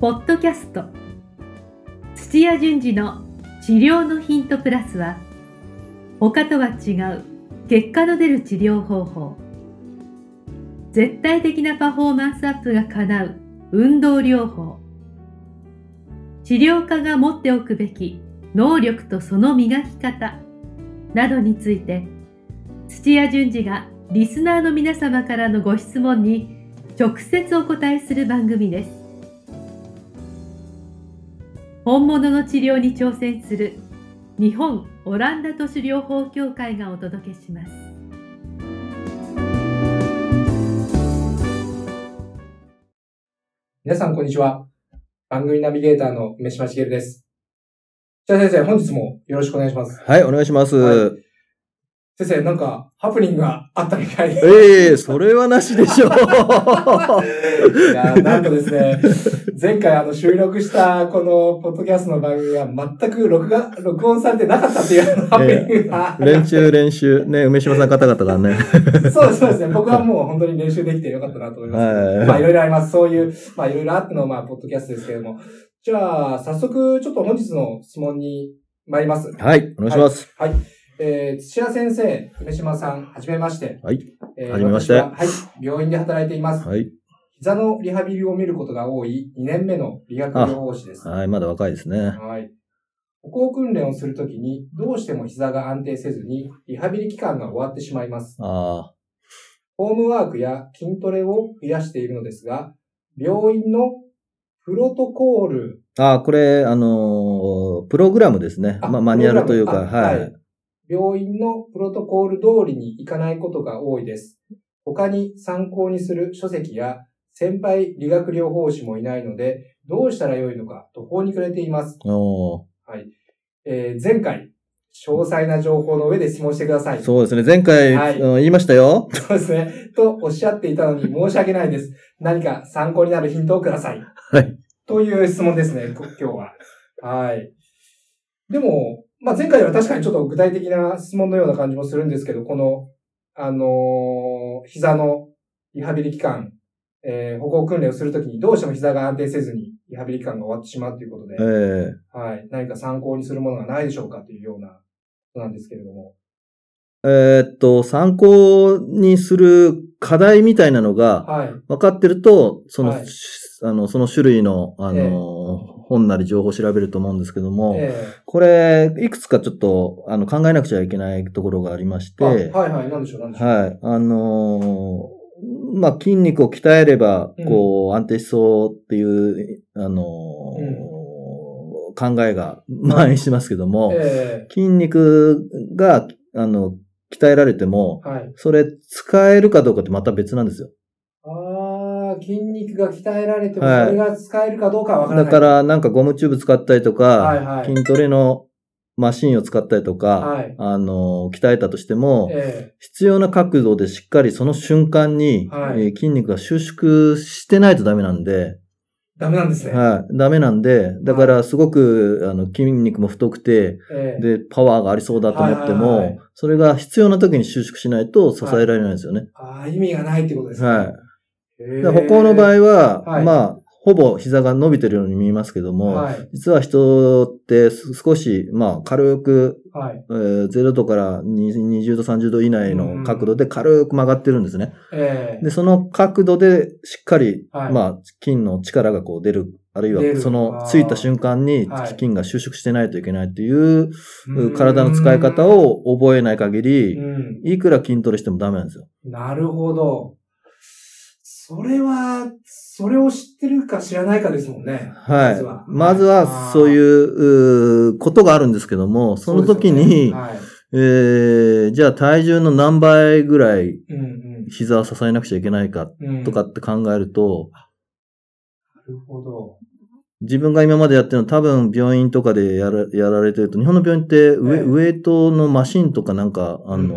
ポッドキャスト土屋順次の治療のヒントプラスは他とは違う結果の出る治療方法絶対的なパフォーマンスアップが叶う運動療法治療家が持っておくべき能力とその磨き方などについて土屋順次がリスナーの皆様からのご質問に直接お答えする番組です本物の治療に挑戦する日本オランダ都市療法協会がお届けします皆さん、こんにちは。番組ナビゲーターの梅島茂です。じゃあ先生、本日もよろしくお願いします。はい、お願いします。は先生、なんか、ハプニングがあったみたいで。ええそれはなしでしょう。 いやーなんとですね、前回あの収録したこのポッドキャストの番組は全く録画、録音されてなかったっていうあのハプニングが。練習練習。ね、梅島さん方々がね。そうです、そうですね。僕はもう本当に練習できてよかったなと思います。はいまあ、いろいろあります。そういう、まあ、いろいろあっての、まあ、ポッドキャストですけれども。じゃあ、早速、ちょっと本日の質問に参ります。はい、お願いします。えー、土屋先生、梅島さん、はじめまして。はい、えーはじめまして私ははい。病院で働いています。はい。膝のリハビリを見ることが多い2年目の理学療法士です。ははい、まだ若いですね。い。歩行訓練をするときに、どうしても膝が安定せずに、リハビリ期間が終わってしまいます。あホームワークや筋トレを増やしているのですが、病院のプロトコール、あ。ああ、これ、あのープログラムですね。あまあ、マニュアルというか、プログラムあはい、はい病院のプロトコール通りに行かないことが多いです。他に参考にする書籍や先輩理学療法士もいないので、どうしたらよいのか途方に暮れています。おえー前回、詳細な情報の上で質問してください。ーそうですね。前回、はいうん言いましたよ。そうですね。とおっしゃっていたのに申し訳ないです。何か参考になるヒントをください。はい。という質問ですね、こ今日は。はい。でも、まあ、前回よりは確かにちょっと具体的な質問のような感じもするんですけど、この、あのー膝のリハビリ期間、えー歩行訓練をするときにどうしても膝が安定せずにリハビリ期間が終わってしまうということでええ、はい。何か参考にするものがないでしょうかというようなことなんですけれども。えーっと、参考にする課題みたいなのが、はい。分かってると、その、はいしあの、その種類の、あの、ええ本なり情報を調べると思うんですけども、えこれ、いくつかちょっと、あの、考えなくちゃいけないところがありましえて、はあはいい、はい。何でしょう何でしょう。あのーまあ、筋肉を鍛えればうん、こう、安定しそうっていう、あのー考えが蔓延してますけども、え筋肉が、あの、鍛えられても、えはい。それ使えるかどうかってまた別なんですよ。ああ、筋肉が鍛えられても、はいそれが使えるかどうかはわからだない。か、ら、なんかゴムチューブ使ったりとか、はいはい筋トレのマシンを使ったりとか、はいあの、鍛えたとしても、え必要な角度でしっかりその瞬間に、はいえー筋肉が収縮してないとダメなんで、えダメなんですね。はい、ダメなんで、だからすごく、あの、筋肉も太くて、ええで、パワーがありそうだと思っても、はいはいはいそれが必要な時に収縮しないと支えられないんですよね。ああ、意味がないってことですね。はい。いで歩行の場合は、はいまあ、ほぼ膝が伸びてるように見えますけども、はい。実は人ってす少し、まあ、軽く、はい。えー0度から20度、30度以内の角度で軽く曲がってるんですね。ええで、その角度でしっかり、はいまあ、筋の力がこう出る、あるい出るはそあのーついた瞬間にはい筋が収縮してないといけないといううーん体の使い方。を覚えない限りう、ん。いくら筋トレしてもダメなんですよ。なるほど。それは、それを知ってるか知らないかですもんね。、はい。まずはそういうううーことがあるんですけども、その時そうですに、よねはい。えー、じゃあ体重の何倍ぐらいうん膝を支えなくちゃいけないかうん。うんとか。って考えると、なるほど。自分が今までやってるの多分病院とかでやらやられてると、日本の病院ってウェ,、ええウェイトのマシンとかなんか、あの、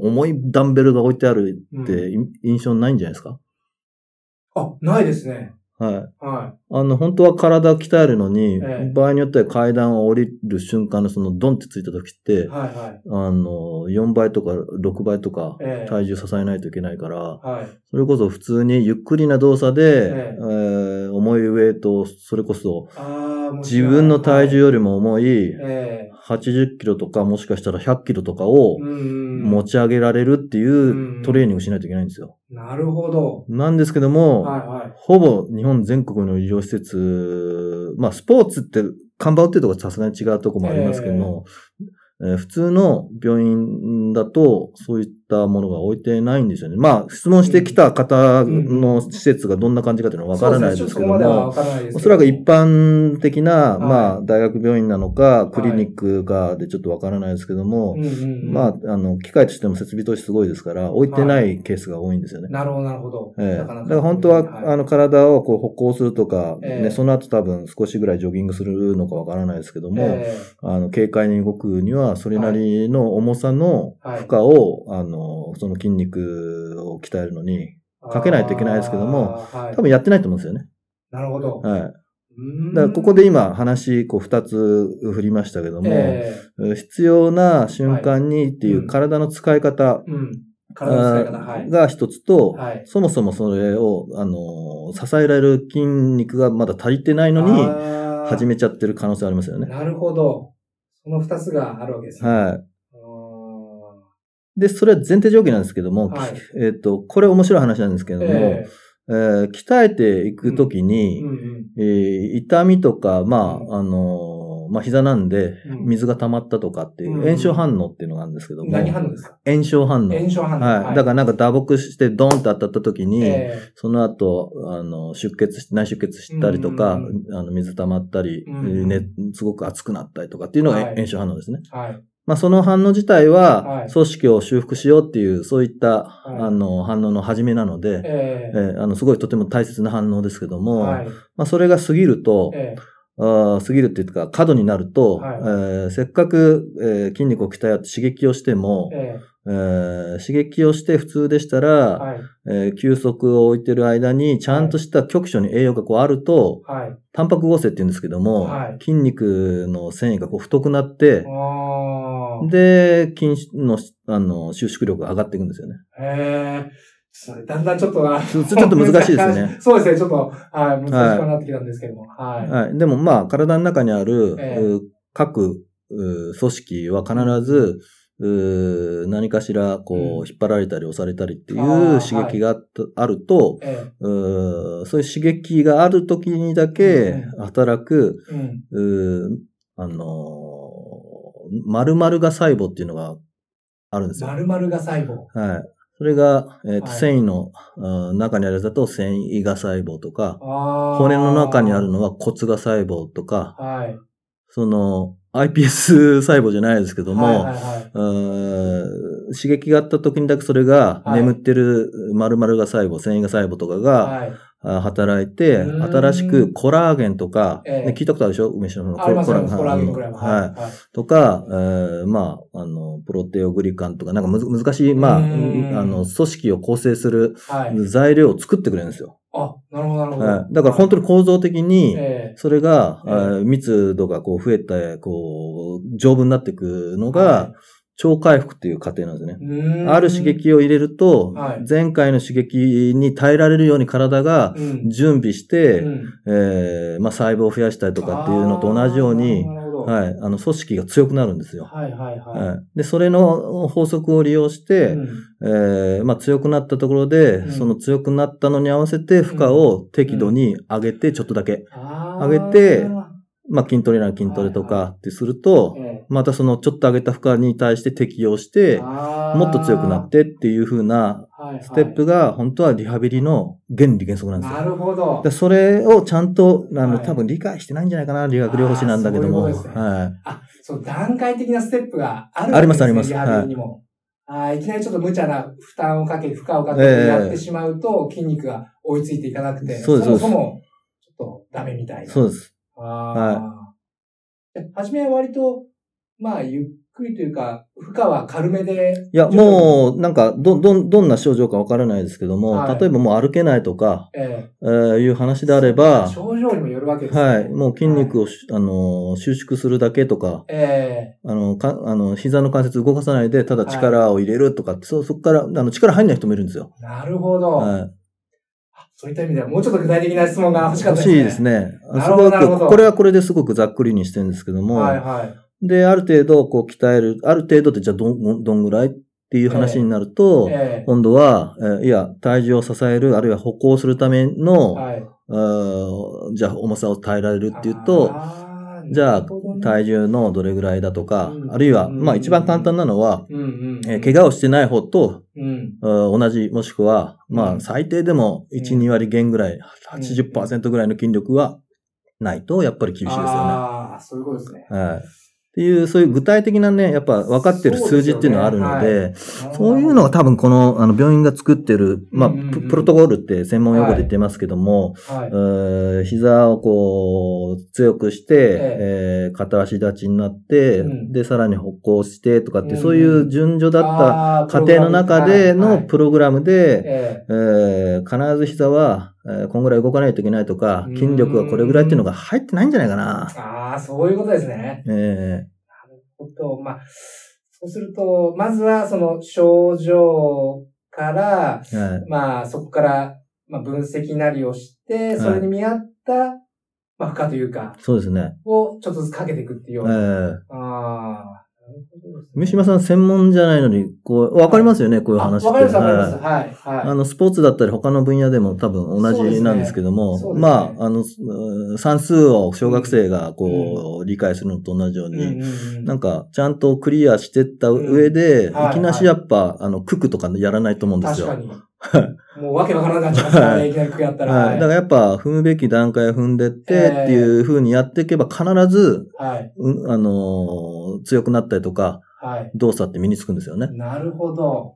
重いダンベルが置いてあるうんってい印象ないんじゃないですか、あ、ないですね。はい。はあの、本当は体を鍛えるのに、ええ場合によっては階段を降りる瞬間のそのドンってついた時って、い。はいはい。あの、4倍とか6倍とかええ体重支えないといけないから、はい。それこそ普通にゆっくりな動作で、ええー重いウェイト、それこそああ、もしくは自分の体重、よりも重いはいええ80キロとかもしかしたら100キロとかをうん持ち上げられるっていうんうトレーニングしないといけないんですよ。なるほど。なんですけども、はいはい。ほぼ日本全国の医療施設、まあスポーツって看板打ってるとこはさすがに違うとこもありますけども、えー普通の病院だとそういったものが置いてないんですよね。まあ質問してきた方の施設がどんな感じかというのはわからないですけどそうねちょっとそこまではも、わからないですけどおそらく一般的な、いまあ大学病院なのか、クリニックかでちょっとわからないですけども、うんうんうんまあ、あの、機械としても設備としてすごいですから、置いてないケースが多いんですよね。なるほど、なるほど。なええ、だかかなら本当は、あの、の、体をこう歩行するとか、ええね、その後多分少しぐらいジョギングするのかわからないですけども、えあの、軽快に動くには、それなりの重さのえはい負荷を、あの、その筋肉を鍛えるのに、かけないといけないですけども、あーはい多分やってないと思うんですよね。なるほど。はい。うんだからここで今話、こう二つ振りましたけども、え必要な瞬間にっていはいう体の使い方えうん。体の使い方、はい。が一つと、はい。そもそもそれを、あのー支えられる筋肉がまだ足りてないのに、に始めちゃってる可能性ありますよね。なるほど。その二つがあるわけですね。はうーんい。で、それは前提条件なんですけども、はい。えっ、と、これ面白い話なんですけども、ええー鍛えていくときえに、うんうんえー痛みとか、まうんあ、あのーまあ、膝なんで、うん水が溜まったとかっていううん炎症反応っていうのがあるんですけども、何反応ですか炎症反応。炎症反応。はい。だからなんか打撲してドンって当たった時に、ええその後、あの、出血し、内出血したりとか、うんうんあの、水溜まったり、うんうんね、すごく熱くなったりとかっていうのがはい炎症反応ですね。はい。まあ、その反応自体はは、い組織を修復しようっていう、そういった、いあの、反応の始めなので、えええーあの、すごいとても大切な反応ですけども、はい。まあ、それが過ぎると、ええあー過ぎるっていうか、過度になると、はいえーせっかく、えー筋肉を鍛え合って刺激をしても、ええー刺激をして普通でしたら、えはい。えー休息を置いてる間に、ちゃんとした局所に栄養がこうあると、はい。タンパク合成って言うんですけども、はい筋肉の繊維がこう太くなって、ああ。で、筋の、あの、収縮力が上がっていくんですよね。ええそれだんだんちょっと、あちょちょっと難しいですよね。。そうですね、ちょっと、はい、難しくなってきたんですけども。はい。はい。でもまあ、体の中にある、ええう各う組織は必ず、う何かしら、こうう、引っ張られたり押されたりっていあうー刺激があったあると、えうそういう刺激がある時にだけ働く、えうん。うーあのー、〇〇が細胞っていうのがあるんですよ。丸々が細胞。はい。それが、えーとはい繊維の、うん中にあるやつだと繊維が細胞とか、ああ。骨の中にある。のは骨が細胞とか、はい。その iPS 細胞じゃないですけども、はいはいはうーん刺激があった時にだけそれがはい眠ってる〇〇が細胞、繊維が細胞とかい。がはい。あ働いて、うーん新しくコラーゲンとか、ええね聞いたことあるでしょ梅島のありますよね、コラーゲンうぐんらいは。はい。とか、えーまあ、あの、プロテオグリカンとか、なんかむず難しい、まあ、うあーんの、組織を構成するはい。はい。材料を作ってくれるんですよ。あ、なるほど、なるほど。はいだから本当に構造的に、えそれが、ええー密度がこう増えて、こう、丈夫になっていくはのが、超回復っていう過程なんですねえ。うーんある刺激を入れるとはい、前回の刺激に耐えられるように体がうん。準備して、うんえーまあ細胞を増やしたりとかっていうのと同じようにあー、なるほどなるはい、あの、組織が強くなるんですよ。ほどはいはいははいで、それの法則を利用しい。て、うんえーまあ強くなったところで、うんその強くなったのに合わせて負荷を適度に上げて、ちょっとだけ、あー上げてまあ筋トレなら筋トレとはいかってすると、えまたそのちょっと上げた負荷に対して適用しえて、ももっと強くなってっていう風なてステップが本当はリハビリの原理原則なんですなよ。るほどで。それをちゃんと、あの、はい多分理解してないんじゃないかな、理学療法士なんだけども。あーそういうことですねはい。あ、そう、段階的なステップがあるありますありますリハビリにも。あーいきなりちょっと無茶な負担をかけ、負荷をかけてやってしまうと、筋肉が追いついていかなくて、そうですもそも、ちょっとダメみたいな。そうです。ああ。はじめは割と、まあ、ゆっくりというか、負荷は軽めで。いや、もう、なんか、ど、ど、どんな症状かわからないですけども、はい例えばもう歩けないとか、ええーいう話であれば、症状にもよるわけですねはい、もう筋肉をし、あのー、収縮するだけとか、えあの、か、あの、膝の関節動かさないで、ただ力を入れるとかって、そ、そこから、あの、力入んない人もいるんですよ。えなるほど。はい。そういった意味では、もうちょっと具体的な質問が欲しかっ欲たしいですね。ね。なするほどごなるほどく、これはこれですごくざっくりにしてるんですけども、はいはい。で、ある程度、こう、鍛える、ある程度って、じゃあどん、どんぐらいっていう話になると、え今度は、えーいや、体重を支える、あるいは歩行するためえの、はい。あーじゃあ重さを耐えられるっていうと、あーじゃなあ、る体重のどれぐらいだとか、うんあるいは、うんまあ一番簡単なのほ、はどねうんうん。えー怪我をしてない方と、うん。あー同じ、もしくは、うまんあ最低でも1、うん2割減ぐらい、うん80%ぐらいの筋力はないと、やっぱり厳しいですよね。ああ、そういうことですね。はい。っていう、そういう具体的なね、やっぱ分かってる数字っていうのはあるのそうですよねで、そういうのが多分この、あの、病院が作ってる、まあ、うんうんうんププロトコルって専門用語で言ってますけども、はい。えー膝をこう、強くして、ええー片足立ちになって、うんで、さらに歩行してとかって、うんそういう順序だっだた過程の中でのプログラムで、ええー必ず膝は、えーこんぐらい動かないといけないとかうん、筋力はこれぐらいっていうのが入ってないんじゃないかなえ。ああ、そういうことですね。えこと、まあ、そうすると、まずはその症状から、えはいまあ、そこから、まあ、分析なりをして、それに見合った、まあ、負荷というか、そうですね。をちょっとずつかけていくっていうようえな。ああ、ーなるほどですね三島さん専門じゃないのに、こう、わかりますよね、こういう話って。あわかります、わかります。はいはい、はい。あの、スポーツだったり他の分野でも多分同じなんですけども、そうですねそうですまねあ、あの、うん算数を小学生がこう、理解するのと同じよううに、んうんうんなんか、ちゃんとクリアしてった上で、うんはいいきなしやっぱ、あの、九九とかやらないと思うんです確よ。かに。もうわけわからなくなっちゃいますからね、いきなり句やったら。はい。だからやっぱ、踏むべき段階を踏んでって、っていう風にやっていけば必ず、はい。うんあのー強くなったりとか、はい。動作って身につくんですよね。なるほど。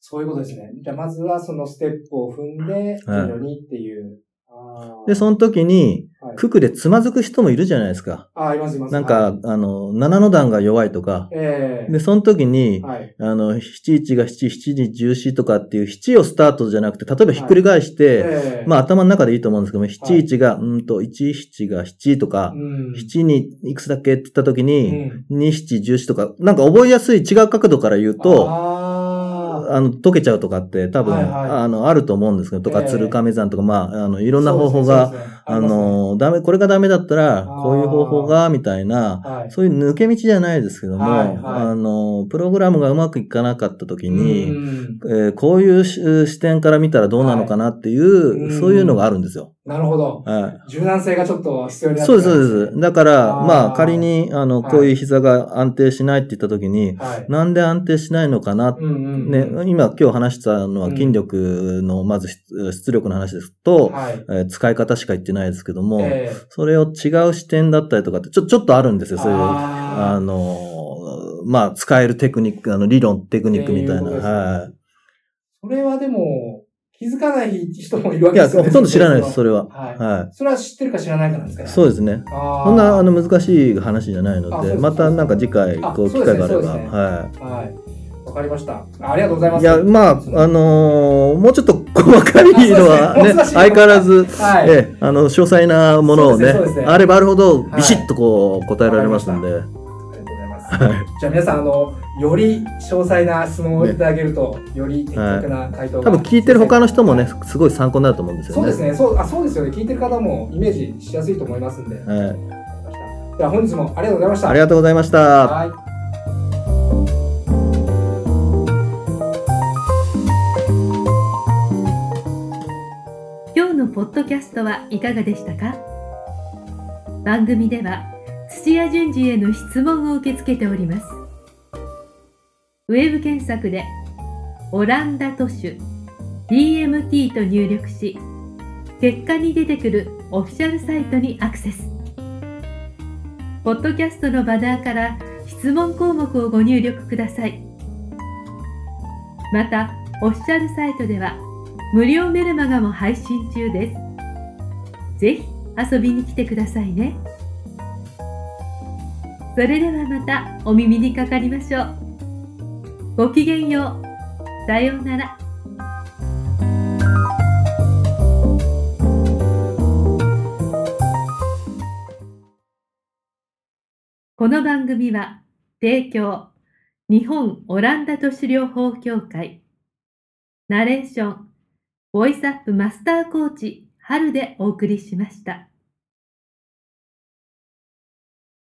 そういうことですね。じゃあ、まずはそのステップを踏んで、徐々にっていう。あーで、その時はに、い九九でつまずく人もいるじゃないですか。あ、いますいます。なんはかい、、あの、7の段が弱いとか。ええで、その時に、はい。あの、71が7、7に14とかっていう、7をスタートじゃなくて、例えばひっくり返して、ええまあ頭の中でいいと思うんですけども、71が、うんと、17が7とかう、ん。 7にいくつだっけって言った時うに、ん。 2、7、14とか、なんか覚えやすい違う角度から言うと、ああ、あの、溶けちゃうとかって多分、はいはいあの、あると思うんですけど、とえか、え鶴亀山とか、まあ、あの、いいろんな方法が、、ありますねの、ダメ、これがダメだったら、ーこういう方法が、みたいな、はい。そういう抜け道じゃないですけども、はいはいあの、プログラムがうまくいかなかった時うに、んえーこういうし視点から見たらどうなのかなっていう、はいそういうのがあるんですよ。なるほど。は柔軟性がちょっと必要にい、なそうです、そうです。だから、あーまあ、仮に、あの、はいこういう膝が安定しないって言った時に、す。はい。なんで安定しないのかな、うんうん。ね、今今日話したのはうん筋力の、まず出出力の話ですと、はい。えー使い方しか言ってないですけども、ええそれを違う視点だったりとかって、ちょ、ちょっとあるんですよ、そういう。ああーのー、まあ、使えるテクニック、あの、理論、テクニックみたいっていうこな。とですねはそれはでも、気づかない人もいるわい。いけや、ですよほね。とんど知らないです、それは。はい。はそれは知ってるか知らないかなんですかい。ね。そうですね。あーそんな、あの、難しい話じゃないあのそうで、ですまたなんか次回、あこう、そ機うですね会があれそば。うですねははい。わかりました。ありがとうございまい。す。いや、まあ、あのー、もうちょっと細かいのはあそうですねね、もう少し相変わらず、はい。ええ、あの、詳細なものそをねうですねそうですね、あればあるほど、ビシッとこう、答えられますんで。はありがとうございます。じゃあ皆さん、あの、より詳細な質問をいただけると、より的確な回答い。が、多分聞いてる他の人もね、すごい参考になると思うんですよそうね。ですね。そう、あ、そうですよね。聞いてる方もイメージしやすいと思いますんで。はい。じゃあ本日もありがとうございました。ありがとうございました。はい。今日のポッドキャストはいかがでしたか番組では土屋順次への質問を受け付けておりますウェブ検索で「オランダ都市 DMT」と入力し結果に出てくるオフィシャルサイトにアクセスポッドキャストのバナーから質問項目をご入力くださいまたオフィシャルサイトでは「無料メルマガも配信中です。ぜひ遊びに来てくださいね。それではまたお耳にかかりましょう。ごきげんよう。さようなら。この番組は提供日本オランダ都市療法協会ナレーションボイスアップマスターコーチ春でお送りしました。